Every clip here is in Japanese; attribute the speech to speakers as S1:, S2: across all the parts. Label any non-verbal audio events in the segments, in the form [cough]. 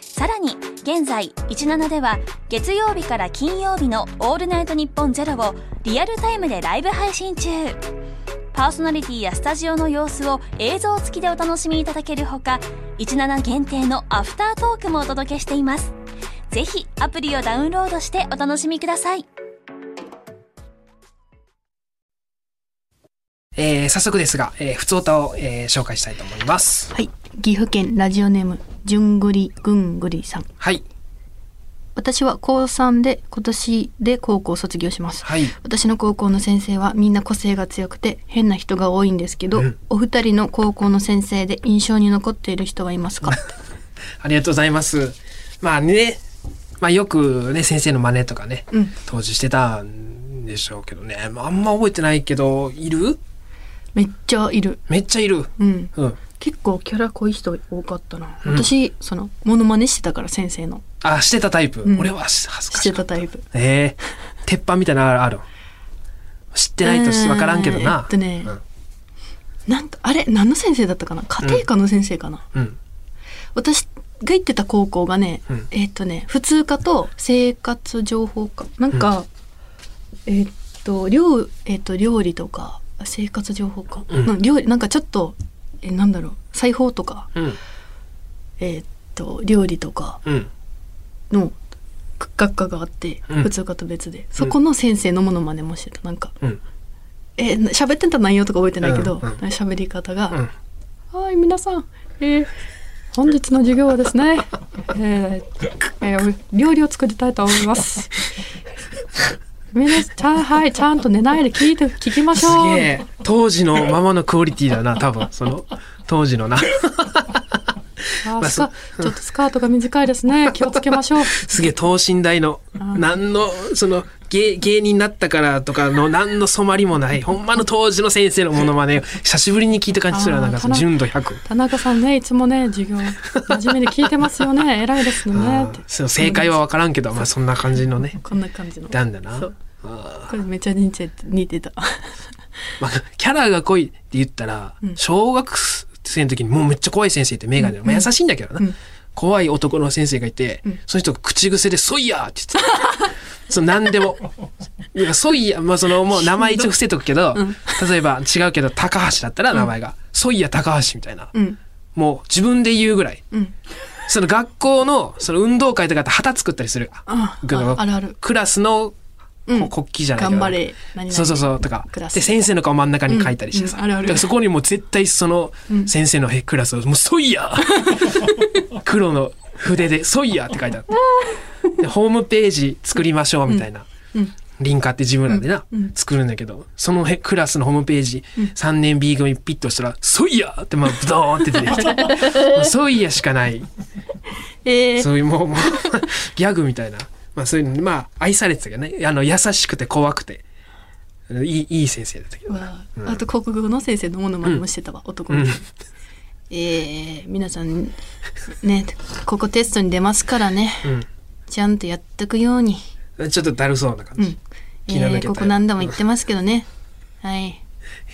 S1: さらに現在17では月曜日から金曜日の「オールナイトニッポンゼロをリアルタイムでライブ配信中パーソナリティやスタジオの様子を映像付きでお楽しみいただけるほか17限定のアフタートークもお届けしていますぜひアプリをダウンロードしてお楽しみください
S2: えー、早速ですが、えー、普通歌を、えー、紹介したいと思います。
S3: はい。岐阜県ラジオネーム、じゅんぐりぐんぐりさん。
S2: はい。
S3: 私は高3で今年で高校を卒業します。
S2: はい。
S3: 私の高校の先生はみんな個性が強くて変な人が多いんですけど、お二人の高校の先生で印象に残っている人はいますか
S2: ありがとうございます。まあね、まあよくね、先生の真似とかね、
S3: うん
S2: 当時してたんでしょうけどね。まああんま覚えてないけど、いる
S3: めっちゃいる。
S2: めっちゃいる。
S3: うん。
S2: うん。
S3: 結構キャラ濃い人多かったな。私、その、モノマネしてたから先生の。
S2: あ、してたタイプ。
S3: うん
S2: 俺はし恥ずか
S3: し
S2: してい。
S3: たタイプ。
S2: えー、鉄板みたいなのある知ってないとしわからんけどな。
S3: えーっとねなんと、あれ何の先生だったかな家庭科の先生かな、
S2: うん。うん。
S3: 私が行ってた高校がね、
S2: うん
S3: えーっとね、普通科と生活情報科。なんか、えーっと、料、えーっと、料理とか、生活情報科。
S2: うん
S3: なんか料理、なんかちょっと、えーなんだろう、裁縫とか、
S2: うん。
S3: えーっと、料理とか
S2: うん。
S3: の学科があって、
S2: うん
S3: 普通科と別で、そこの先生のものまねもしてた。なんか、
S2: うん。
S3: えー喋ってた内容とか覚えてないけど、
S2: うんうん
S3: 喋り方が、
S2: うん。
S3: はい、皆さん、えー本日の授業はですね、えーえー料理を作りたいと思います。皆さんちゃん、はい、ちゃんと寝ないで聞いて、聞きまし
S2: す
S3: ょう。
S2: げえ。当時のままのクオリティだな、多分。その、当時のな。
S3: あー
S2: まあ
S3: スカちょっとスカートが短いですね。気をつけましょう。
S2: すげえ等身大の何のその芸芸人になったからとかの何の染まりもないほんまの当時の先生のものまね久しぶりに聞いた感じするな
S3: あー
S2: なんかその
S3: かな
S2: 純度100。
S3: 田中さんね、いつもね、授業、真面目に聞いてますよね。偉いですね。って
S2: そう正解は分からんけど、まあ、そんな感じのね
S3: こんな感じの。
S2: なんだな
S3: そう。これめっちゃ似て似てた。
S2: まあ、キャラが濃いって言ったら、小学生の時にもうめっちゃ怖い先生ってメガネ、まあ、優しいんだけどな、怖い男の先生がいて、その人が口癖で「ソイヤー!」って言ってたそう何でもいやソイヤーまあそのもう名前一応伏せとくけど、例えば違うけど高橋だったら名前が「ソイヤー高橋」みたいな、
S3: うん。
S2: もう自分で言うぐらい、
S3: うん
S2: その学校のその運動会とかって旗作ったりする
S3: あああるある
S2: クラスの
S3: う
S2: こ
S3: ん
S2: 国旗じゃないけど
S3: 頑張れ。何々
S2: そうそうそうとか
S3: クラス
S2: で先生の顔真ん中に書いたりしてさ、
S3: うんうんあるあ
S2: だ
S3: る
S2: からそこにもう絶対その先生のへクラスを「もうソイヤ
S3: [laughs]
S2: ー! 」黒の筆で「ソイヤー!」って書いてあってでホームページ作りましょうみたいな、リンカって自分らでな、作るんだけどそのへクラスのホームページ、3年 B 組ピッと押したら「ソイヤー!」ってまあブドーンって出てきて
S3: [laughs]
S2: もうソイヤーしかない
S3: えー
S2: そういうもうもう [laughs] ギャグみたいな、まあ、そういうのまあ愛されてたけどねあの優しくて怖くていいいい先生だったけど
S3: わああと国語の先生のものまねもしてたわ、男の子、えー、皆さんねここテストに出ますからね、ちゃんとやっとくように、
S2: ちょっとだるそうな感
S3: う
S2: じ
S3: ん、
S2: 気になる
S3: え
S2: だ
S3: ー
S2: け
S3: ここ何度も言ってますけどねはい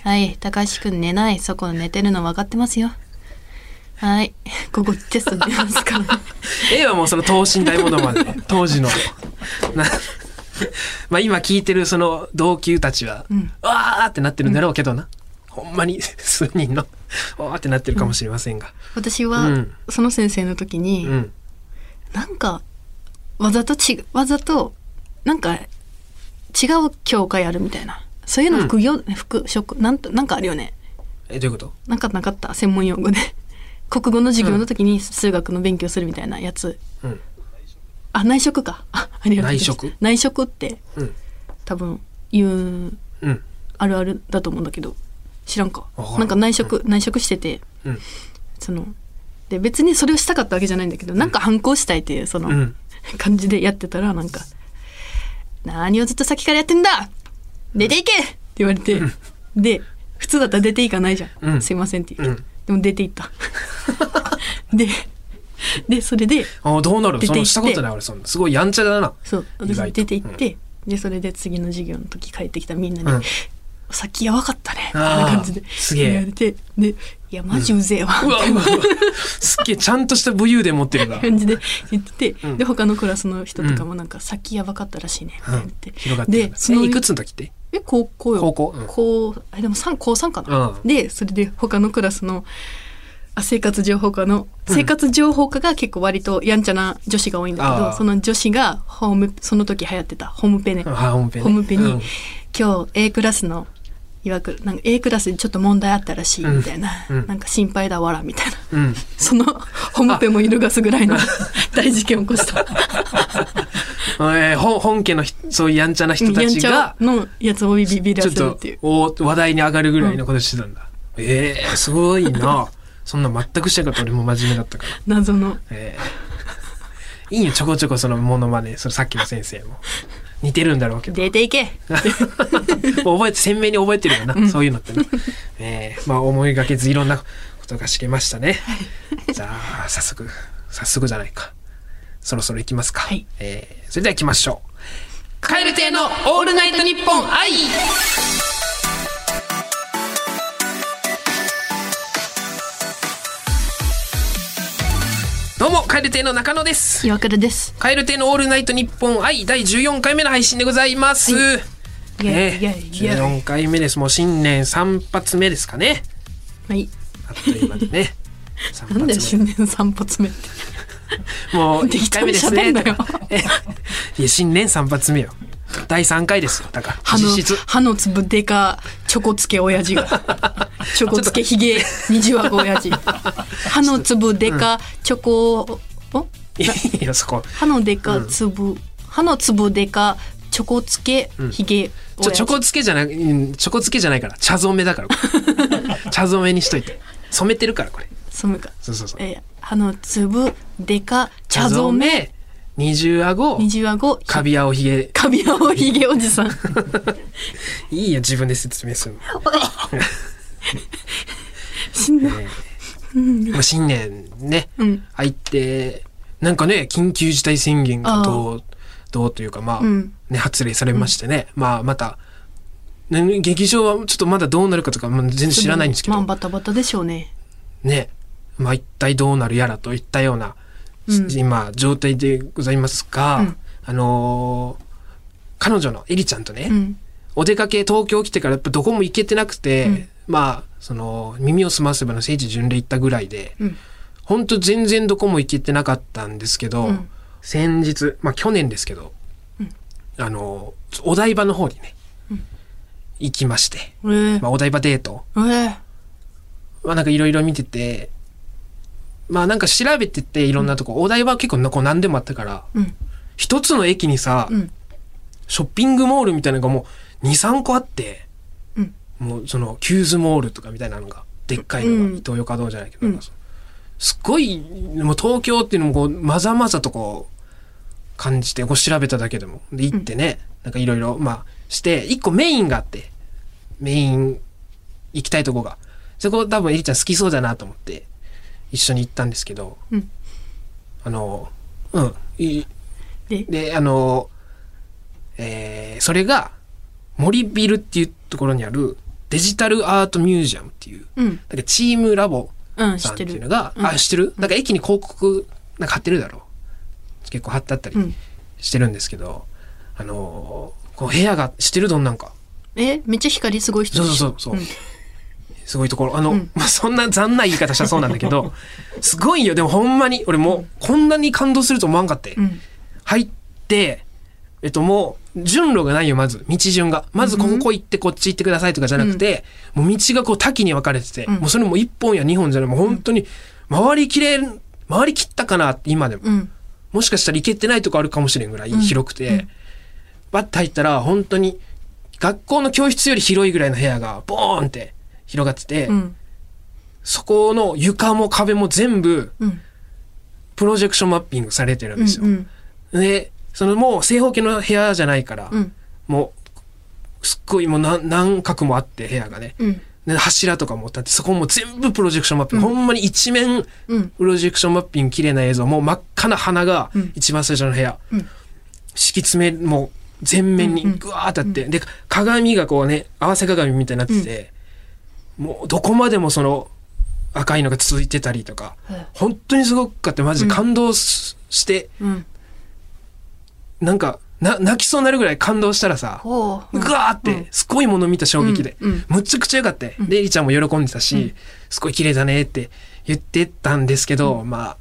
S3: はい高橋くん寝ないそこ寝てるの分かってますよはいここテストに出ますからね
S2: A はもうその等身大ものま
S3: [laughs]
S2: で当時のなまあ今聞いてるその同級たちは、わーってなってるんだろうけどな、ほんまに数人のわーってなってるかもしれませんが、
S3: 私は、
S2: うん
S3: その先生の時に、
S2: うん
S3: なんかわざとちわざとなんか違う教科やるみたいなそういうの副業、副職なんとなんかあるよね
S2: えどういうこと
S3: なんかなかった専門用語で国語の授業の時に数学の勉強するみたいなやつ、
S2: うん
S3: あ内職かあありがとうございます
S2: 内職
S3: 内職って、
S2: うん
S3: 多分言う
S2: うん
S3: あるあるだと思うんだけど知らんか
S2: わからん
S3: なんか内職、内職してて
S2: うん
S3: そので別にそれをしたか [laughs] ったわけじゃないんだけどなんか反抗したいっていうその、
S2: うん
S3: 感じでやってたらなんか「何をずっと先からやってんだ出ていけって言われて、で、普通だったら出ていかないじゃん。
S2: うん
S3: すいませんって言って、
S2: う
S3: でも出て
S2: [laughs]
S3: いった。で、で、それで、
S2: あどうなる
S3: 出て
S2: そ
S3: 行って
S2: のしたことない俺そんなすごいやんちゃだな
S3: そう、
S2: 意
S3: 私
S2: 外と
S3: 出て行って、で、それで次の授業の時帰ってきたみんなに、
S2: うん
S3: さっきやばかったね、みたい
S2: あー
S3: な感じで。
S2: すげえ
S3: 言われて、で、いや、マジうぜえわ、
S2: う
S3: み
S2: わ
S3: た
S2: う
S3: い
S2: わ
S3: な
S2: うわすっげえちゃんとした武勇伝持って [laughs] るな
S3: 感じで言ってて、
S2: うん
S3: で、他のクラスの人とかもなんか、さっきやばかったらしいね、みたいな言って。
S2: 広がってる
S3: で、そ
S2: え
S3: の
S2: いくつの時って
S3: え高校よ
S2: 高校うん
S3: 高あでも三高3かな、
S2: うん
S3: でそれで他のクラスのあ生活情報科の生活情報科が結構割とやんちゃな女子が多いんだけど、
S2: あー
S3: その女子がホームその時流行ってたホームペね、
S2: あホームペね
S3: ホームペに、
S2: うん
S3: 今日 A クラスのいわくなんか A クラスにちょっと問題あったらしいみたいな、
S2: うんうん
S3: なんか心配だわらみたいな
S2: うん
S3: そのホームペも揺るがすぐらいの大事件を起こした
S2: えーほん本家のひそういうやんちゃな人た
S3: やん
S2: ち
S3: ちゃ
S2: が
S3: のやつをビビビら
S2: ち
S3: せ
S2: ょっ
S3: る
S2: と
S3: っていう
S2: お話題に上がるぐらいのことしてたんだ、ええー、すごいなそんな全くしてなかった俺も真面目だったから
S3: 謎の
S2: え [laughs] えいいよちょこちょこそのモノマネそのさっきの先生も似てるんだろうけど
S3: 出ていけ
S2: もう覚えて鮮明に覚えてるよな、そういうのってね、ええまあ思いがけずいろんなことが知けましたねじゃあ早速早速じゃないかそろそろ行きますか、
S3: はい
S2: ええそれでは行きましょう蛙亭のオールナイトニッポン愛どうも蛙亭の中野です
S3: 岩倉です
S2: カエル亭のオールナイトニッポン愛第14回目の配信でございます。
S3: いやいや
S2: ね、
S3: いや
S2: 14回目です。もう新年3発目ですかね。
S3: はい。
S2: あっという間でね。三
S3: [laughs] なんだよ、
S2: 発
S3: 新年三発目って。
S2: 目。もう
S3: 適
S2: 1回
S3: 当
S2: 目
S3: に
S2: です
S3: 喋
S2: ね
S3: ん。なよ。
S2: え [laughs] いや、新年3発目よ。第3回ですよ。だから、
S3: 歯の
S2: 実質。、
S3: 歯の粒でか、チョコつけ親
S2: [laughs]
S3: 父が。チョコつけひげ、二十顎親父。歯の粒でか、チョコ、お
S2: いや、そこ。
S3: 歯のでか、粒、歯の粒でか、チョコつけ、ひ
S2: ち
S3: げ、
S2: ょ、
S3: 親
S2: チョ
S3: 父。
S2: コつけじゃなく、うんチョコつけじゃないから、茶染めだから、こ
S3: [laughs]
S2: れ茶染めにしといて。染めてるから、これ。
S3: そむか。
S2: そうそうそう。
S3: えー、歯の粒でか、茶染め、
S2: め、二重顎、
S3: 二十顎、
S2: カビ青ひげ。
S3: カビ青ひげおじ
S2: [laughs]
S3: さん。
S2: いいよ、自分で説明するの。
S3: 死んだ。
S2: まあ、新年ね、
S3: うん
S2: 入ってなんかね緊急事態宣言がどうどうというかまあ、
S3: ん
S2: ね、発令されましてね、まあまた、ね、劇場はちょっとまだどうなるかとか、まあ、全然知らないんですけど、
S3: まあ、バタバタでしょうね。
S2: ねまあ一体どうなるやらといったような、今状態でございますが、
S3: うん
S2: あのー彼女のエリちゃんとね、
S3: うん。
S2: お出かけ東京来てからやっぱどこも行けてなくて、
S3: ん
S2: まあその耳を澄ませばの聖地巡礼行ったぐらいで、
S3: うん
S2: ほんと全然どこも行けてなかったんですけど、
S3: うん
S2: 先日まあ去年ですけど、あのお台場の方にね、行きまして、
S3: えー
S2: まあ、お台場デート
S3: えー
S2: まあなんかいろいろ見てて、まあなんか調べてていろんなとこ、お台場は結構なこう何でもあったから、
S3: うん
S2: 一つの駅にさ、
S3: うん
S2: ショッピングモールみたいなのがもう2、3個あって、
S3: うん
S2: もうそのキューズモールとかみたいなのが、でっかいのが、
S3: うん
S2: 伊東洋華堂じゃないけど、なんかそうすっごい、もう東京っていうのもこう、まざまざとこう、感じて、こう調べただけでも。で、行ってね、なんかいろいろ、まあ、して、一個メインがあって、メイン行きたいとこが。そこ多分エリちゃん好きそうだなと思って、一緒に行ったんですけど、
S3: うん
S2: あの、うん、い
S3: で
S2: で、あの、えーそれが、森ビルっていうところにある、デジタルアートミュージアムっていう、
S3: うん
S2: なんかチームラボ
S3: うん知
S2: さん
S3: っ
S2: って
S3: て
S2: いうの
S3: る
S2: が、あ、知ってるなんか駅に広告、なんか貼ってるだろう。結構貼ってあった
S3: う
S2: り
S3: ん
S2: してるんですけど、あの、こう部屋が、知ってるどんなんか。
S3: えめっちゃ光すごい人
S2: そうそうそうそう。すごいところ。あの、
S3: ん
S2: まあ、そんな残ない言い方したらそうなんだけど、すごいよ。でもほんまに、俺もうこんなに感動すると思わんかって。
S3: ん
S2: 入って、えっともう、順路がないよ、まず。道順が。まずここ行って、こっち行ってくださいとかじゃなくて、もう道がこう多岐に分かれてて、もうそれも一本や二本じゃない、もう本当に、回りきれる、回りきったかなって今でも。
S3: うん
S2: もしかしたら行けてないとこあるかもしれんぐらい広くて、バッて入ったら本当に学校の教室より広いぐらいの部屋がボーンって広がってて、
S3: うん
S2: そこの床も壁も全部
S3: うん
S2: プロジェクションマッピングされてるんですよ。
S3: うん
S2: で、そのもう正方形の部屋じゃないから、
S4: うん
S2: もうすっごいもう何何角もあって部屋がね
S4: うん
S2: で柱とかも立ってそこも全部プロジェクションマッピング、
S4: うん
S2: ほんまに一面
S4: うん
S2: プロジェクションマッピング綺麗な映像もう真っ赤な花が
S4: うん
S2: 一番最初の部屋、
S4: うん
S2: 敷き詰めもう全面に
S4: うんうん
S2: ぐわーってあって、で鏡がこうね合わせ鏡みたいになってて、もうどこまでもその赤いのが続いてたりとか本当にすごくかってマジで感動し,、て
S4: うん
S2: なんかな泣きそうになるぐらい感動したらさ、
S4: お
S2: うわーっ
S4: う
S2: て
S4: ん
S2: すごいもの見た衝撃で、
S4: うんうん
S2: むちゃくちゃ良かったよでエリちゃんも喜んでたし、
S4: うん
S2: すごい綺麗だねって言ってたんですけど、まあ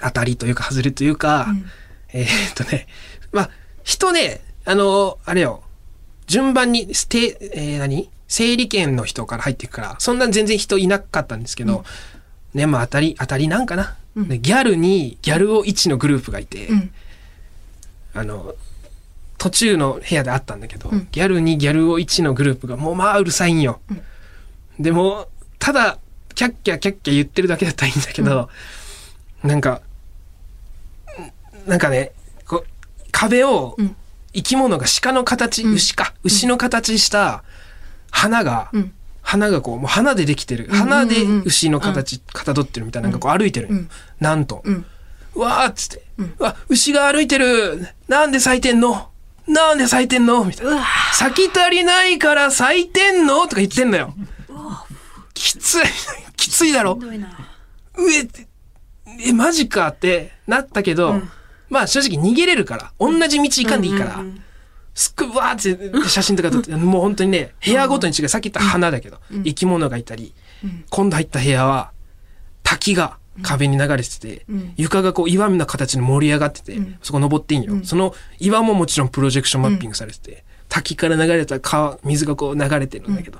S2: 当たりというか外れというか、えーっとねまあ人ねあのあれよ順番にステ、えー何整理券の人から入っていくからそんな全然人いなかったんですけど、ねまあ当たり当たりなんかな、
S4: うん
S2: でギャルにギャルを1のグループがいて、
S4: うん
S2: あの途中の部屋であったんだけど、
S4: うん
S2: ギャルにギャルを1のグループがもうまあうるさいんよ、
S4: うん
S2: でもただキャッキャキャッキャ言ってるだけだったらいいんだけど、なんかんなんかねこう壁を
S4: うん
S2: 生き物が鹿の形、
S4: うん
S2: 牛か牛の形した花が、
S4: うん
S2: 花がこうもう花でできてる
S4: んうんうん
S2: 花で牛の形、かたどってるみたいななんかこう歩いてるんよ、
S4: うん
S2: なんと、
S4: うん
S2: わーっつって、
S4: うん
S2: わ、牛が歩いてるなんで咲いてんのなんで咲いてんのみたいうな。
S4: わ
S2: 咲き足りないから咲いてんのとか言ってんのよ。きつい、きついだろ
S4: ひどいな
S2: 上って、え、マジかってなったけど、
S4: ん
S2: まあ正直逃げれるから、同じ道行かんでいいから、
S4: うん
S2: すっごいわーって写真とか撮って、もう本当にね、部屋ごとに違う。さっき言った花だけど、生き物がいたり、
S4: うん
S2: 今度入った部屋は、滝が壁に流れてて、
S4: うん
S2: 床がこう岩の形に盛り上がってて、
S4: ん
S2: そこ登っていいんよ、
S4: うん
S2: その岩ももちろんプロジェクションマッピングされてて、滝から流れた川水がこう流れてるんだけど、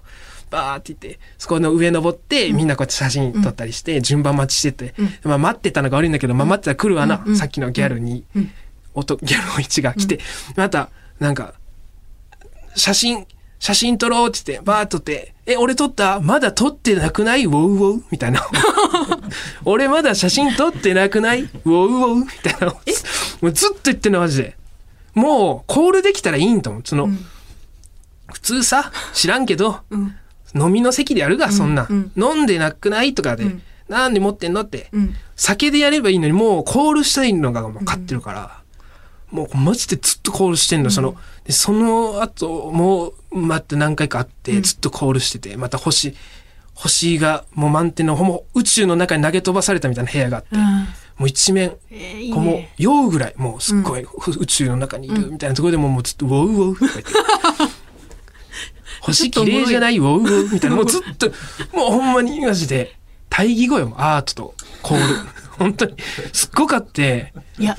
S2: バーっていってそこの上登って、みんなこうやって写真撮ったりして、順番待ちしてて、まあ、待ってたのが悪いんだけど、まあ、待ってたら来るわな、
S4: うん
S2: さっきのギャルに、
S4: うん
S2: 音ギャルの1が来て、またなんか写真写真撮ろうって言ってバーッと撮って「え俺撮ったまだ撮ってなくないウォウウォウ」みた
S4: [laughs]
S2: いな「俺まだ写真撮ってなくないウォウウォウ」みたいなもうずっと言ってんのマジでもうコールできたらいいんと思うその、
S4: ん
S2: 普通さ知らんけど
S4: うん
S2: 飲みの席でやるがそんな、
S4: うん
S2: 飲んでなくないとかで、
S4: うん
S2: なんで持ってんのって、
S4: うん
S2: 酒でやればいいのにもうコールしたいのがもう勝ってるから、もうマジでずっとコールしてんの、そのでその後もうまた何回かあって、ずっとコールしててまた星星がもう満点のほぼ宇宙の中に投げ飛ばされたみたいな部屋があって、もう一面
S4: えーいい
S2: こうもう
S4: ね
S2: 酔うぐらいもうすっごいふ宇宙の中にいるみたいなところでもうもうずっと「ウォウウォウ」とか言って
S4: [laughs]
S2: 「星綺麗じゃないウォウウォウ」みたいなもうずっともうほんまにマジで対義語よもうアートと
S4: [laughs]
S2: コール本当にすっごかって
S4: いや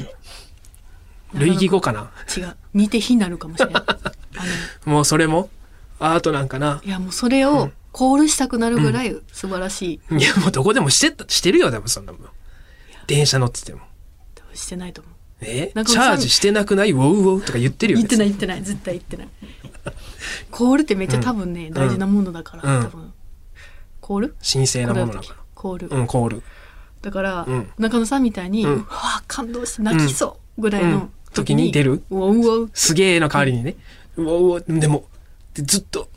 S2: 類義語かな
S4: 違う似て非なるかもしれ
S2: [laughs]
S4: ないあ
S2: もうそれもアートなんかな
S4: のいやもうそれをコールしたくなるぐらい素晴らしい、
S2: いやもうどこでもしてたしてるよでもそんなもん電車乗ってても
S4: 多分してないと思う
S2: え
S4: 中尾
S2: チ
S4: さ
S2: ャ
S4: ん
S2: ージしてなくないウォウウォウとか言ってるよ
S4: 言ってないい言ってない絶対言って
S2: [laughs]
S4: ないコールってめっちゃ多分ね、大事なものだから、
S2: うん
S4: 多分コール
S2: 神聖なものだか
S4: コール、
S2: らうんコール
S4: だから、
S2: うん
S4: 中野さんみたいに、
S2: ん
S4: うわあ感動して泣きそうぐらいの、
S2: うん時に出る
S4: うおうおう
S2: すげえの代わりにね、うわうわでもでずっと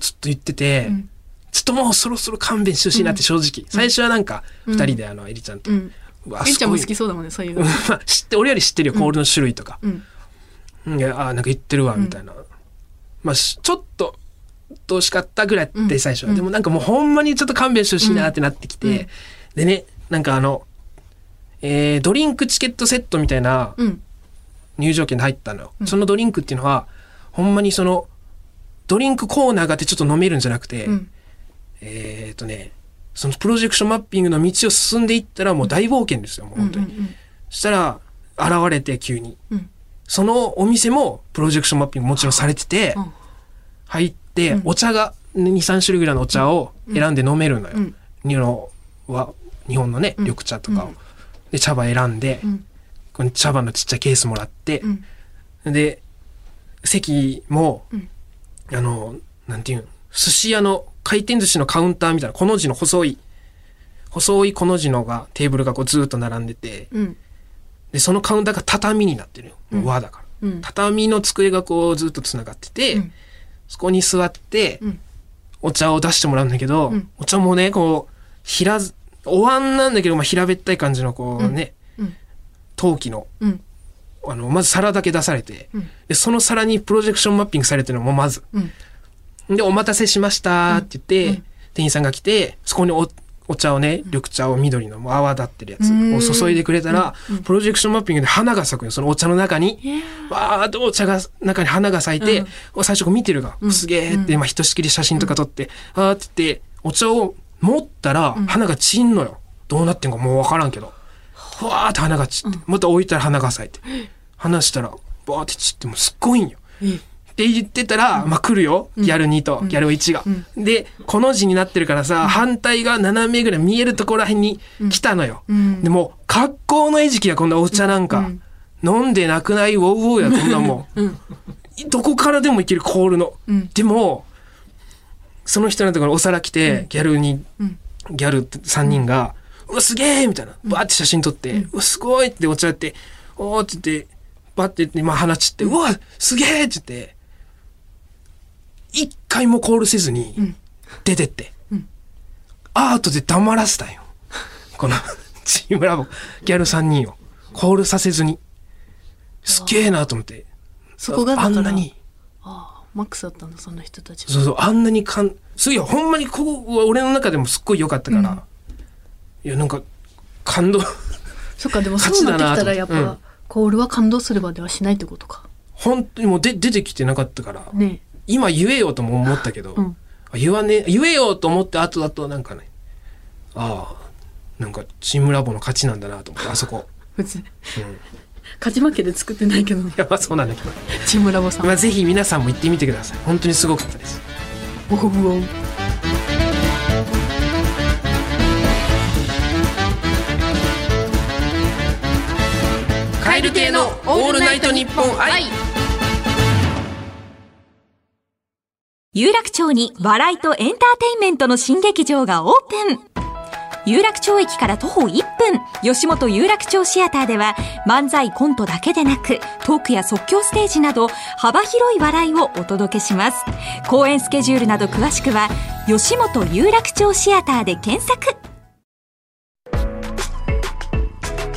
S2: ずっと言ってて、
S4: うん
S2: ちょっともうそろそろ勘弁してほしいなって正直、最初はなんか2人であのエリちゃんと、
S4: う
S2: うんわ
S4: えんちゃんも好き
S2: す
S4: そうだもんねそういう
S2: ごい [laughs] まあ知って俺より知ってるよ、コールの種類とか、
S4: うん
S2: うん、いやあーなんか言ってるわみたいな、まあしちょっとどうしかったぐらいって最初は、でもなんかもうほんまにちょっと勘弁してほしいなってなってきて、でねなんかあのえードリンクチケットセットみたいな
S4: うん
S2: 入場券で入ったのよ、そのドリンクっていうのはほんまにそのドリンクコーナーがあってちょっと飲めるんじゃなくて、
S4: うん
S2: えーっとねそのプロジェクションマッピングの道を進んでいったらもう大冒険ですよもう本当に、そしたら現れて急に、
S4: うん
S2: そのお店もプロジェクションマッピングもちろんされてて、
S4: うん
S2: 入って、お茶が23種類ぐらいのお茶を選んで飲めるのよ、
S4: うん
S2: 日本は日本のね緑茶とかを、で茶葉選んで、
S4: ん
S2: この茶葉のちっちゃいケースもらって、
S4: ん
S2: で席も、
S4: ん
S2: あのなんていうん寿司屋の回転寿司のカウンターみたいなこの字の細い細いこの字のがテーブルがこうずーっと並んでて
S4: うん
S2: でそのカウンターが畳になってるよ、
S4: うん
S2: 和だから、
S4: うん
S2: 畳の机がこうずっとつながってて、
S4: うん
S2: そこに座って、
S4: うん
S2: お茶を出してもらうんだけど、
S4: うん
S2: お茶もねこう平ずお椀なんだけど、まあ、平べったい感じのこうね、
S4: うんうん
S2: 陶器の
S4: うん
S2: あのまず皿だけ出されて、
S4: うん
S2: でその皿にプロジェクションマッピングされてるのもまず
S4: うん
S2: で「お待たせしました」って言って、
S4: うん
S2: 店員さんが来てそこにおお茶をね緑茶を緑のもう泡立ってるやつ
S4: うん
S2: を注いでくれたら、
S4: うんうん
S2: プロジェクションマッピングで花が咲くよそのお茶の中に。
S4: いや
S2: わーっとお茶が中に花が咲いて、最初こう見てるが、
S4: うん
S2: すげーって、
S4: うん
S2: まあ、ひとしきり写真とか撮って、あーって言ってお茶を持ったら
S4: うん
S2: 花が散んのよどうなってんかもう分からんけどふわーって花が散って、また置いたら花が咲いて花したらバーって散ってもうすっごいんよ。
S4: ーいい
S2: って言ってたら、まあ来るよ。ギャル2と、ギャル1が、で、この字になってるからさ、反対が斜めぐらい見えるところらへんに来たのよ。
S4: うん
S2: でも、格好の餌食や、こんなお茶なんか。飲んでなくないウォウウォウや、こんなも
S4: [laughs]
S2: ん。どこからでもいけるコールの。
S4: うん
S2: でも、その人のところお皿来て、ギャルに、
S4: うん
S2: ギャル3人が、うわ、すげえみたいな。バーって写真撮って、うわ、すごいってお茶やって、おーって言って、バーって言って、まあ話散って、うわ、すげえって言って、一回もコールせずに、出てって、アートで黙らせたんよ。この、チームラボ、ギャル3人を、コールさせずに。すげえなと思って。
S4: そこがだ
S2: あ
S4: か
S2: ん
S4: ら
S2: なに。
S4: ああマックスだったんだそんな人たち
S2: そうそう、あんなにかん、すごいよ、ほんまにここは俺の中でもすっごい良かったから、いや、なんか、感動、 [laughs]
S4: そっかでもそ
S2: 勝
S4: う
S2: ち
S4: なって
S2: だな
S4: きたらやっ
S2: と思
S4: ぱコールは感動するまではしないってことか
S2: 本当にもうで出てきてなかったから、
S4: ね
S2: 今言えよとも思ったけど、
S4: うん
S2: あ言わね、言えよと思って後だとなんかね、ああ、なんかチームラボの勝ちなんだなと思って、あそこ。 [laughs]
S4: [laughs] 別に
S2: うん、い
S4: 勝ち負けで作ってないけど
S2: や、まあそうなんだけど。
S4: チームラボさん
S2: まあぜひ皆さんも行ってみてください。本当にすごかったです。
S4: オフオン
S2: カエル亭のオールナイトニッポン愛。
S1: 有楽町に笑いとエンターテインメントの新劇場がオープン有楽町駅から徒歩1分吉本有楽町シアターでは漫才コントだけでなくトークや即興ステージなど幅広い笑いをお届けします公演スケジュールなど詳しくは吉本有楽町シアターで検索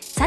S1: さ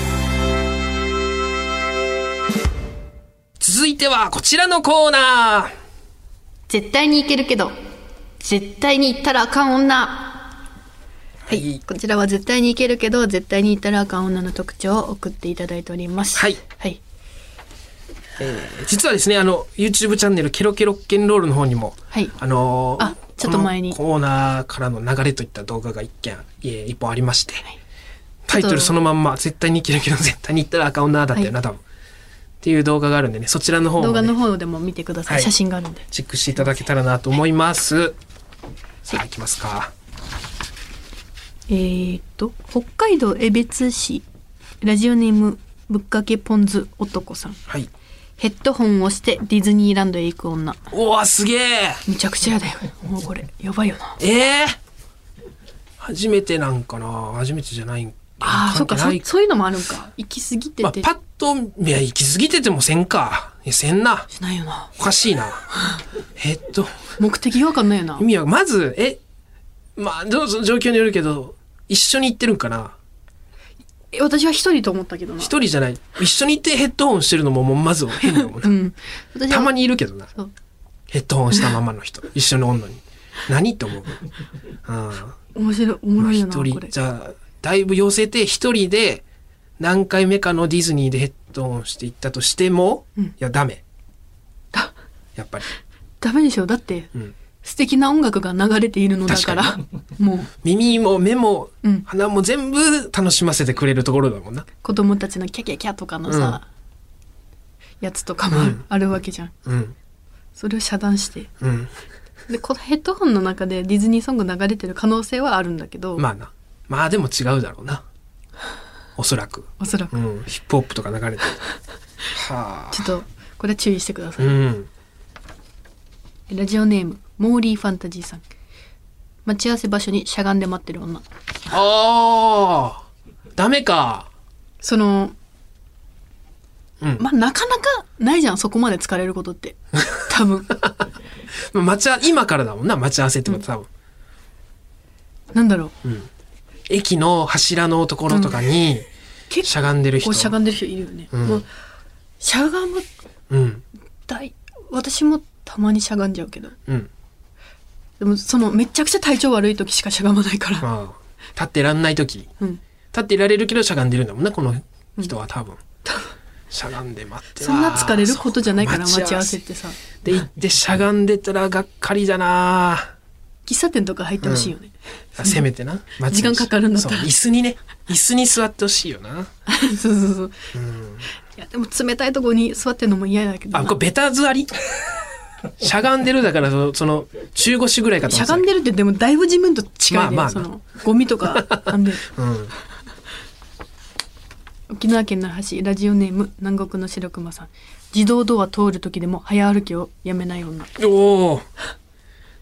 S2: 続いてはこちらのコーナー。
S3: 絶対に行けるけど絶対に行ったらあかん女
S2: はい。
S3: こちらは絶対に行けるけど絶対に行ったらあかん女の特徴を送っていただいております
S2: はい
S3: はい
S2: 実はですね、あの、YouTube チャンネル、ケロケロッケンロールの方にも、
S3: はい
S2: あのー
S3: あちょっと前に
S2: このコーナーからの流れといった動画が一件、えー一本ありまして、タイト
S3: ちょっ
S2: ル
S3: と
S2: そのまんま、絶対に生きるけど、絶対に行ったら赤女だったよな、多分。っていう動画があるんでね、そちらの方
S3: 動
S2: も、
S3: 画の
S2: ね、
S3: 方でも見てください、
S2: はい
S3: 写真があるんで
S2: チェックしていただけたらなと思います。さあ、行きますか。
S3: えー、っと北海道江別市ラジオネームぶっかけポン酢男さん
S2: はい。
S3: ヘッドホンをしてディズニーランドへ行く女
S2: おー、すげえ
S3: むちゃくちゃやだよもうこれやばいよな
S2: ええ初めてなんかな初めてじゃないん
S3: ああそっか
S2: 関
S3: そ
S2: 係ない
S3: そういうのもあるんか行き過ぎて
S2: まあ、
S3: て、
S2: パッと、いや、行き過ぎててもせんか。いやせんな。
S3: しないよな
S2: おかしいな。 [laughs] えっと、
S3: 目的がわかんないよな
S2: 意味は、まず、え、まあ、どうぞ状況によるけど、一緒に行ってるんかな
S3: え私は一人と思ったけどな
S2: 一人じゃない。一緒に行ってヘッドホンしてるのも、もうまず変だもん
S3: う
S2: ね。
S3: ん私は
S2: たまにいるけどな。
S3: そう
S2: ヘッドホンしたままの人一緒におんのに何って思う、うん
S3: 面白い、おも
S2: まあ
S3: ろい
S2: 一
S3: よな、
S2: 人
S3: これ。
S2: じゃあだいぶ寄せて一人で何回目かのディズニーでヘッドホンしていったとしても、
S3: うん
S2: いやダメ
S3: だ
S2: やっぱり、
S3: ダメでしょだって、
S2: うん、
S3: 素敵な音楽が流れているのだ
S2: [laughs]
S3: から。もう、
S2: 耳も目も
S3: うん
S2: 鼻も全部楽しませてくれるところだもんな、
S3: 子供たちのキャキャキャとかのさ、やつとかもある,、
S2: うん
S3: あるわけじゃん。
S2: うん
S3: それを遮断して。
S2: うん、
S3: で、このヘッドホンの中でディズニーソング流れてる可能性はあるんだけど、
S2: まあなまあでも違うだろうなおそらく、
S3: おそらく
S2: う。ん、ヒップホップとか流れてるはあ
S3: ちょっと、これは注意してください。
S2: うん
S3: ラジオネーム、モーリーファンタジーさん。待ち合わせ場所にしゃがんで待ってる女。
S2: あーダメか
S3: その、
S2: うん
S3: まあ、なかなかないじゃん、そこまで疲れること
S2: [laughs]
S3: って。多分。
S2: まあ待ち合わ今からだもんな待ち合わせってこと多分、
S3: なんだろう。
S2: 駅の柱のところとかに
S3: 結構
S2: しゃがんでる
S3: こ
S2: 人、
S3: うしゃがんでる人いるよね。
S2: うん
S3: もうしゃがむ
S2: うん
S3: 大私もたまにしゃがんじゃうけど。
S2: うん
S3: でもそのめちゃくちゃ体調悪い時しかしゃがまないから。
S2: ああ立ってらんない時
S3: うん。
S2: 立っていられるけどしゃがんでるんだもんなこの人は多分、しゃがんで待って
S3: そんな疲れることじゃないから
S2: そう
S3: 待ち合わせってさ。
S2: で行ってしゃがんでたらがっかりだな
S3: 喫茶店とか入ってほしいよね。
S2: あせめてな待
S3: 時間かかるんだったら
S2: そう椅子にね椅子に座ってほしいよな
S3: [laughs] そうそうそう。いやでも冷たいとこに座ってるのも嫌だけど
S2: あ
S3: な。
S2: これベタ座
S3: [laughs]
S2: りしゃがんでるだからそのその中腰ぐらいかと
S3: し
S2: 思
S3: ゃ
S2: ってた
S3: がんでるってでもだいぶ自分と近いね、
S2: まあまあな
S3: そのゴミとかあ
S2: [laughs]
S3: んで
S2: うん
S3: 沖縄県那覇市ラジオネーム南国の白熊さん自動ドア通る時でも早歩きをやめない女
S2: おお。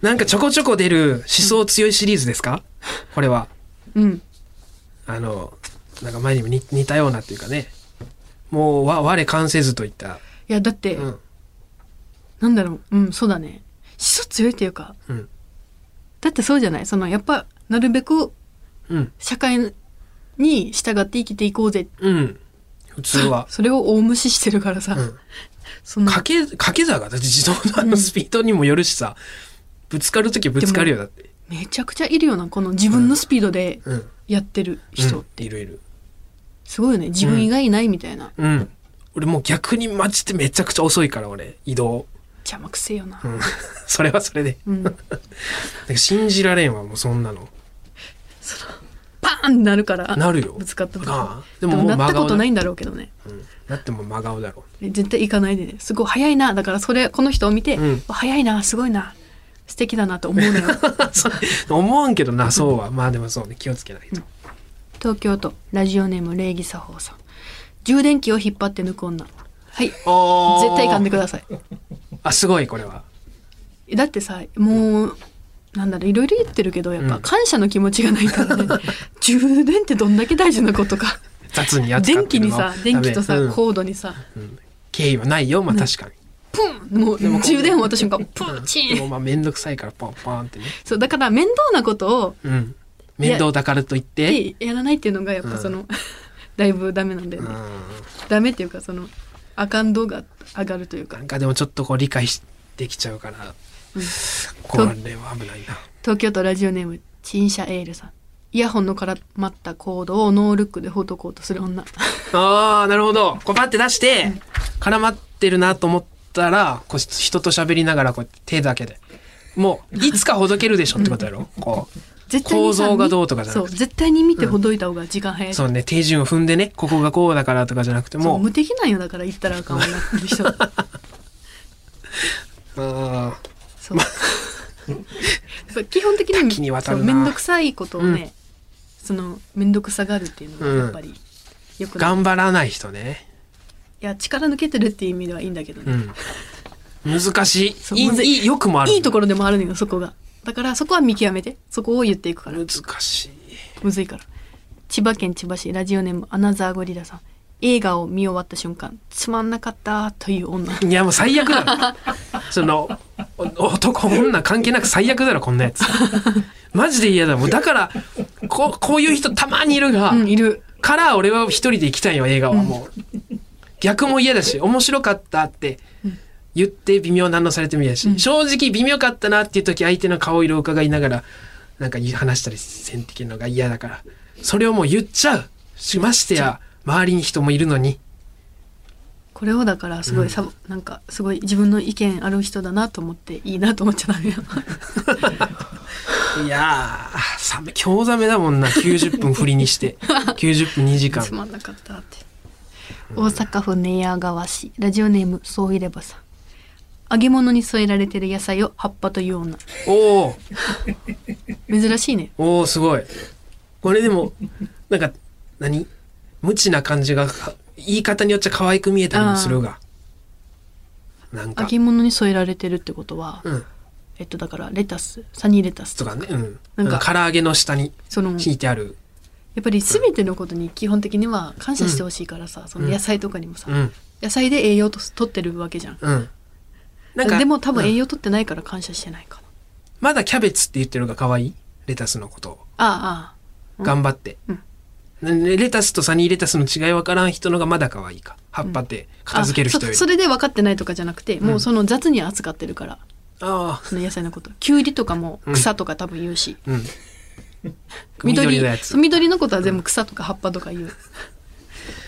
S2: なんかちょこちょこ出る思想強いシリーズですか、これは。
S3: うん
S2: あの、なんか前にも似似たようなっていうかね。もう、わ、我関せずといった。
S3: いやだって、
S2: うん。
S3: なんだろううんそうだね思想強いっていうか
S2: うん。
S3: だってそうじゃないそのやっぱなるべく
S2: うん。
S3: 社会に従って生きていこうぜ
S2: うん。普通は。
S3: それを大無視してるからさ、
S2: うん
S3: [laughs] そんな
S2: かけ、かけ座が、だって自動のあのスピードにもよるしさ。ぶつかるときぶつかるよ、だって。
S3: めちゃくちゃいるよなこの自分のスピードで
S2: うん。
S3: やってる人って、
S2: うんいるいる。
S3: すごいよね自分以外いないみたいな、
S2: うん。俺もう逆にマジでめちゃくちゃ遅いから、俺。移動。
S3: 邪魔くせえよな、
S2: うん。 [laughs] それはそれで。
S3: うん、パ
S2: なんか信じられんわ、もうそんなの。
S3: ーンってなるから
S2: なるよ。
S3: ぶつかった時
S2: ああ
S3: で
S2: で
S3: も
S2: ももう
S3: なっ
S2: 真
S3: たこと
S2: 顔だ
S3: ないんだろうけどね
S2: うんだってもう真顔だろ
S3: 絶対行かないでねすごい早いなだからそれこの人を見て、
S2: うん
S3: 早いなすごいな素敵だなと思う
S2: [laughs]
S3: のよ
S2: 思うんけどなそうはまあでもそうね気をつけないと、
S3: 東京都ラジオネーム礼儀作法さん充電器を引っ張って抜く女はい絶
S2: おー
S3: 対噛んでください
S2: あすごいこれは
S3: えだってさもうなんだろういろいろ言ってるけどやっぱ
S2: うん
S3: 感謝の気持ちがないか
S2: [laughs]
S3: らね、充電ってどんだけ大事なことか
S2: 雑にやって
S3: 電気にさ電気とさ、
S2: うん
S3: コードにさ
S2: うん敬意はないよまあ確かに、
S3: もう充電を終わった瞬間プ
S2: う
S3: ー
S2: ん
S3: チ
S2: で
S3: ーン
S2: もまあ面倒くさいからポンポンってね
S3: そうだから面倒なことを
S2: うん面倒だからと言って
S3: でやらないっていうのがやっぱその、 [laughs] だいぶダメなんだよ
S2: うん
S3: ね、ダメっていうかそのあかん度が上がるというか
S2: なんかでもちょっとこう理解できちゃうから、これは危ないな
S3: 東京都ラジオネーム陳謝エールさんイヤホンの絡まったコードをノールックでほどこうとする女 [laughs]
S2: ああなるほどこうパって出して絡まってるなと思ったらこう人と喋りながらこうやって手だけでもういつかほどけるでしょってことやろこ
S3: 絶対にさ
S2: 構造がどうとかじゃな
S3: そ
S2: く
S3: う
S2: て
S3: 絶対に見てほどいた方が時間早
S2: う
S3: い、
S2: そうね手順を踏んでねここがこうだからとかじゃなくて
S3: そう
S2: も
S3: 無敵なんよだから言ったらあかん女の
S2: [laughs]
S3: 人
S2: うあー
S3: そうやっぱ基本的に
S2: 多岐にわたるな
S3: そうめんどくさいことをね、そのめんどくさがるっていうのがやっぱり、よくない
S2: 頑張らない人ね、
S3: いや力抜けてるっていう意味ではいいんだけどね、
S2: うん、難し
S3: そ
S2: いうい
S3: むず
S2: い
S3: い
S2: いいよくもある
S3: いいところでもあるのよそこがだからそこは見極めてそこを言っていくから
S2: 難しい
S3: むずいから千葉県千葉市ラジオネームアナザーゴリラさん映画を見終わった瞬間つまんなかったという女
S2: いやもう最悪だろ [laughs] そのお男女関係なく最悪だろこんなやつマジで嫌だもうだからこうこういう人たまにいるが、
S3: うんいる
S2: から俺は一人で行きたいよ映画はもう、逆も嫌だし面白かったって言って微妙な反応されても嫌だし、正直微妙かったなっていう時相手の顔色を伺いながらなんか話したりせんといけんのが嫌だからそれをもう言っちゃうしましてや周りに人もいるのに
S3: これをだからすごいさ、なんかすごい自分の意見ある人だなと思っていいなと思っちゃダメよ
S2: いやーさ今日ざめだもんな90分振りにして90分2時間
S3: [laughs] つまんなかったって大阪府寝屋川市ラジオネームそういればさん揚げ物に添えられてる野菜を葉っぱという女
S2: おー
S3: 珍しいね
S2: おーすごいこれでもなんか何無知な感じがか言い方によっちゃ可愛く見えたりもするがなん
S3: 揚
S2: か
S3: げ物に添えられてるってことは、
S2: うん
S3: えっとだからレタスサニーレタス
S2: と
S3: とか
S2: かねうん
S3: なんか
S2: なんか唐揚げの下に
S3: その
S2: 引いてある
S3: やっぱり全てのことに基本的には感謝してほしいからさ、その野菜とかにもさ、
S2: うん
S3: 野菜で栄養と取ってるわけじゃん
S2: うんなんか
S3: でも多分
S2: うん
S3: 栄養取ってないから感謝してないかな、
S2: まだキャベツって言ってるのが可愛いレタスのことを
S3: あああ
S2: 頑張って、ねレタスとサニーレタスの違い分からん人のがまだ可愛いか葉っぱって
S3: あ
S2: 片付ける人よ
S3: あ
S2: り、
S3: そそれで分かってないとかじゃなくて、もうその雑に扱ってるから
S2: あ
S3: その野菜のこときゅうりとかも草とか多分言うし、
S2: あうん
S3: 緑
S2: 緑のやつ
S3: そう緑のことは全部草とか葉っぱとか言う、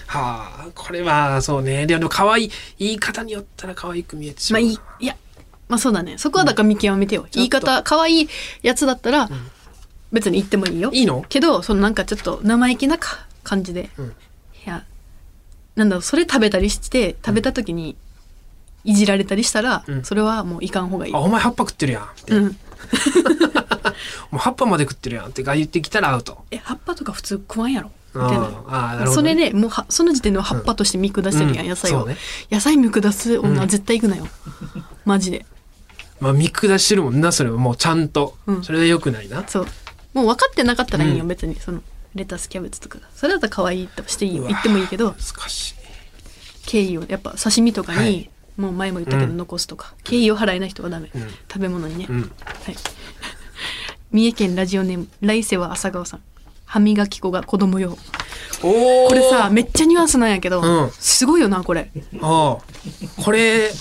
S2: はあこれはそうねでも可愛い言い方によったら可愛く見えてし
S3: ま
S2: ま
S3: あ
S2: う
S3: いいいやまあそうだねそこはだから見極めてよ、言い方可愛いやつだったら別に言ってもいいよ、
S2: いいの
S3: けどそのなんかちょっと生意気なか感じで、
S2: うん
S3: いやなんだろうそれ食べたりして食べた時にいじられたりしたら、
S2: うん
S3: それはもういかん方がいい、
S2: あお前葉っぱ食ってるやんって、
S3: うん、
S2: お前葉っぱまで食ってるやんってが言ってきたらアウト
S3: え葉っぱとか普通食わんやろみ
S2: あ
S3: たい
S2: ー
S3: な
S2: あーなるほ
S3: そ
S2: どね
S3: れでもうはその時点では葉っぱとして見下してるやん、
S2: うん
S3: 野菜を、
S2: そうね
S3: 野菜見下す女は絶対行
S2: [laughs]
S3: くなよ、マジで
S2: まあ見下してるもんなそれはもうちゃんと、
S3: うん
S2: それは良くないな
S3: そうもう分かってなかったらいいよ、
S2: うん
S3: 別にそのレタスキャベツとかがそれだったら可愛いとしていいよ
S2: うわ
S3: 言ってもいいけど
S2: 難しい
S3: 敬意をやっぱ刺身とかに、
S2: はい
S3: もう前も言ったけど
S2: うん
S3: 残すとか、敬意を払えない人はダメ、
S2: ん
S3: 食べ物にね、
S2: うん
S3: はい [laughs] 三重県ラジオネーム来世は朝顔さん歯磨き粉が子供用
S2: おお
S3: これさめっちゃニュアンスなんやけど、
S2: うん
S3: すごいよなこれ
S2: ああこれ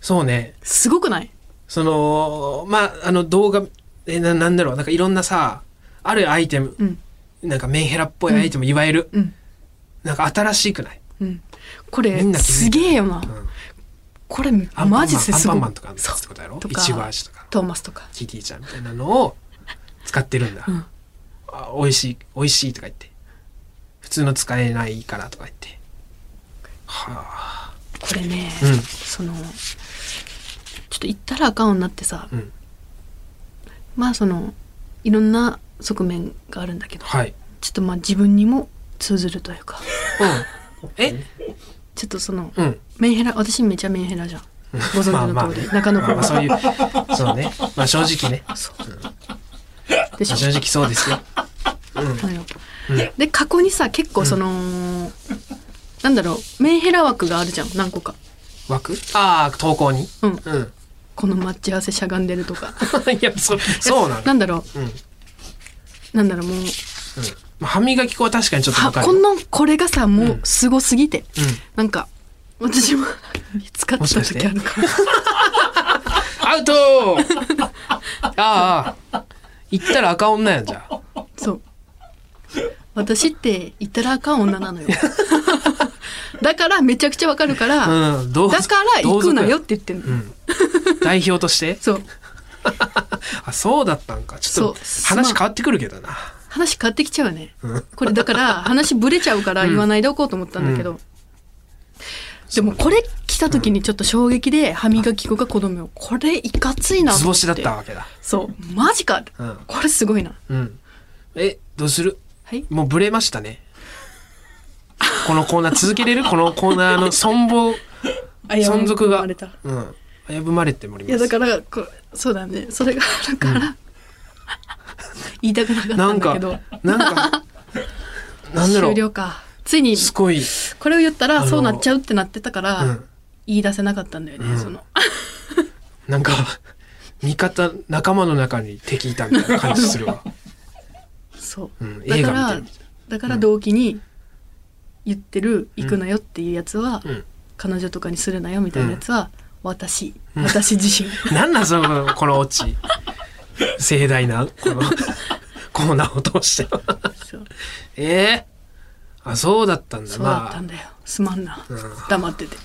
S2: そうね
S3: すごくない
S2: そのまああの動画えななんだろうなんかいろんなさあるアイテム、
S3: うん
S2: なんかメンヘラっぽいアイテム、いわゆる、
S3: うん
S2: なんか新しくない、
S3: うんこ
S2: み
S3: れ
S2: んな気づ
S3: す
S2: いた
S3: げえよな、
S2: うん
S3: これ
S2: アンパンマン
S3: マジです
S2: アンパ
S3: ごい
S2: ンマンとかのやつってことやろ
S3: そう
S2: いちご味とか
S3: トーマスとか
S2: キティちゃんみたいなのを使ってるんだ、
S3: うん
S2: あ美味しい美味しいとか言って普通の使えないからとか言ってはあ
S3: これね、
S2: うん
S3: そのちょっと行ったらあかんようになってさ、
S2: うん
S3: まあそのいろんな側面があるんだけど
S2: はい、
S3: ちょっとまあ自分にも通ずるというか
S2: うん、え
S3: ちょっとその
S2: うん
S3: メンヘラ私めちゃメンヘラじゃんご存知の通り、中野
S2: まあ
S3: 君
S2: まあ
S3: が
S2: そういうそうねまあ正直ね、
S3: でし
S2: まあ、
S3: ょ
S2: 正直そうですよ
S3: なのよで過去にさ結構その、なんだろうメンヘラ枠があるじゃん何個か
S2: 枠ああ投稿に
S3: うん
S2: うん
S3: [laughs] この待ち合わせしゃがんでるとか
S2: いやそそうなの
S3: なんだろう、
S2: うん
S3: なんだろうもう
S2: まあ歯磨き粉は確かにちょっと
S3: は
S2: わかる
S3: このこれがさもうすごすぎて、
S2: ん
S3: なんか私も見つかっ
S2: も
S3: た
S2: しかして
S3: 時あるから
S2: アウト [laughs] ああ行ったら赤女やんじゃあ
S3: そう私って言ったらあかん女な
S2: [laughs]
S3: のよだからめちゃくちゃわかるから、
S2: うん、同
S3: だ
S2: 族
S3: から行くなよっ
S2: 同族
S3: て言ってんの、
S2: 代表として
S3: そう
S2: あそうだったんかちょっと
S3: そう
S2: 話変わってくるけどな
S3: 話変わってきちゃうよね、これだから話ぶれちゃうから言わないでおこうと思ったんだけど、でもこれ来た時にちょっと衝撃で歯磨き粉が子供よこれいかついなと
S2: 図
S3: 思
S2: 星だったわけだ
S3: そうマジか、
S2: うん
S3: これすごいな
S2: うんえどうする
S3: はい
S2: もうブレましたねこのコーナー続けれ
S3: [laughs]
S2: るこのコーナーの存亡存続が
S3: あれた
S2: うん危ぶまれてもおり
S3: い
S2: ま
S3: や
S2: す
S3: だからこそうだねそれがあるから、 [laughs] 言いたくなかったんだけど
S2: なんかなんだろ
S3: [laughs] 終
S2: う
S3: 了かついに
S2: すごい、
S3: これを言った
S2: あ
S3: ら
S2: の
S3: そうなっちゃうってなってたから、
S2: うん、
S3: 言い出せなかったんだよね、
S2: うん
S3: その
S2: なんか味方仲間の中に敵いたみたいな感じするわ、
S3: そ
S2: う
S3: う、
S2: ん、
S3: だ
S2: 映
S3: か
S2: 画見て
S3: ら
S2: るみたい
S3: だから動機に言ってる「行くなよ」っていうやつは、
S2: うん
S3: 彼女とかにするなよみたいなやつは、私私自身
S2: なんなんそのこのオチ盛大なこのコーナーを通して [laughs]
S3: そう
S2: ええあそうだったんだ
S3: そうだったん
S2: ま
S3: だよすまんな黙ってて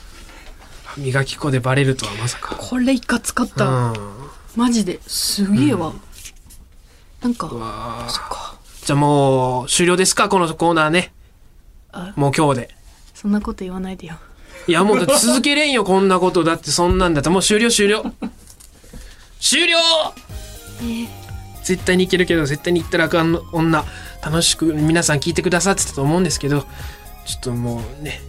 S2: あ歯磨き粉でバレるとはまさか
S3: これいかつかった、
S2: うん
S3: マジですげえわ、なんか
S2: うわ
S3: そっか
S2: じゃあもう終了ですかこのコーナーね
S3: あ
S2: もう今日で
S3: そんなこと言わないでよ
S2: いやもうだって続けれんよこんなことだってそんなんだったらもう終了終了終了絶対にいけるけど絶対に行ったらあかんの女楽しく皆さん聞いてくださってたと思うんですけどちょっともうね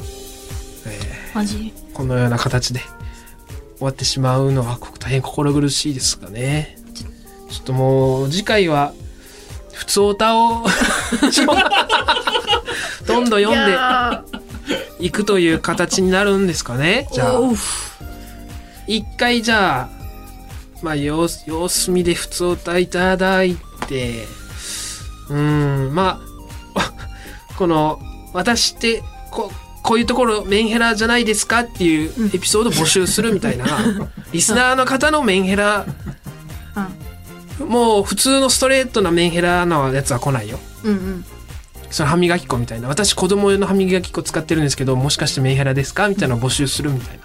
S3: マジ
S2: このような形で終わってしまうのはこ大変心苦しいですがねちょっともう次回は普通歌を [laughs] どんどん読んでいくという形になるんですかねじゃあ一回じゃあまあ様子様子見で普通歌いただいてうーんまあ [laughs] この私ってここういうところメンヘラじゃないですかっていうエピソード募集するみた [laughs] いな、リスナーの方のメンヘラ、もう普通のストレートなメンヘラのやつは来ないよ
S3: うんうん
S2: その歯磨き粉みたいな私子供用の歯磨き粉使ってるんですけどもしかしてメンヘラですかみたいなのを募集するみたいな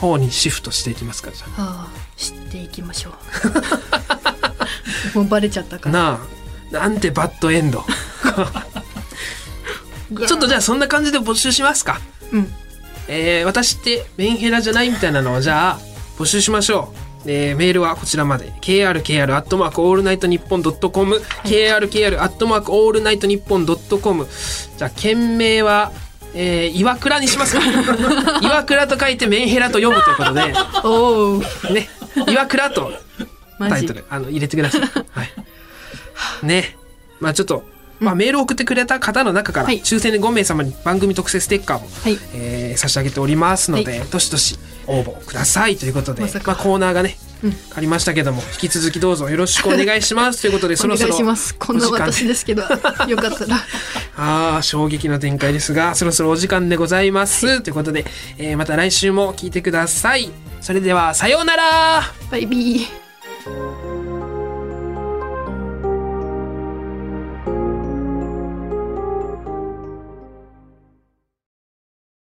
S2: 方にシフトしていきますかじゃ
S3: ああ知っていきましょ
S2: [laughs]
S3: うもうバレちゃった
S2: あ
S3: から
S2: なあなんてバッドエンドちょっとじゃあそんな感じで募集しますか
S3: うん
S2: えー私ってメンヘラじゃないみたいなのをじゃあ募集しましょう、えーメールはこちらまで krkr アットマークオールナイトニッポンドットコム krkr アットマークオールナイトニッポンドットコムじゃあ件名はえー、岩倉にし
S3: [laughs]
S2: ますか岩倉と書いてメンヘラと読むということで
S3: おお
S2: ね、岩倉とタ
S3: マ
S2: イ
S3: ジ
S2: トルあの入れてください。はい、ね、まあちょっと、まあ、メールを送ってくれた方の中から、
S3: はい
S2: 抽選で5名様に番組特製ステッカーも、
S3: い
S2: えー差し上げておりますので、
S3: は
S2: どしどし応募くださいということで、
S3: ま
S2: ま
S3: さか
S2: あ、コーナーがね、ありましたけども引き続きどうぞよろしくお願いします
S3: [laughs]
S2: ということでそ
S3: お
S2: ろそ
S3: 願い
S2: ろ
S3: しますこんな
S2: お時間で
S3: 私ですけどよかっ
S2: [laughs]
S3: たら
S2: ああ、衝撃の展開ですが、そろそろお時間でございます。ということで、えーまた来週も聞いてください。それでは、さようなら
S3: バイビー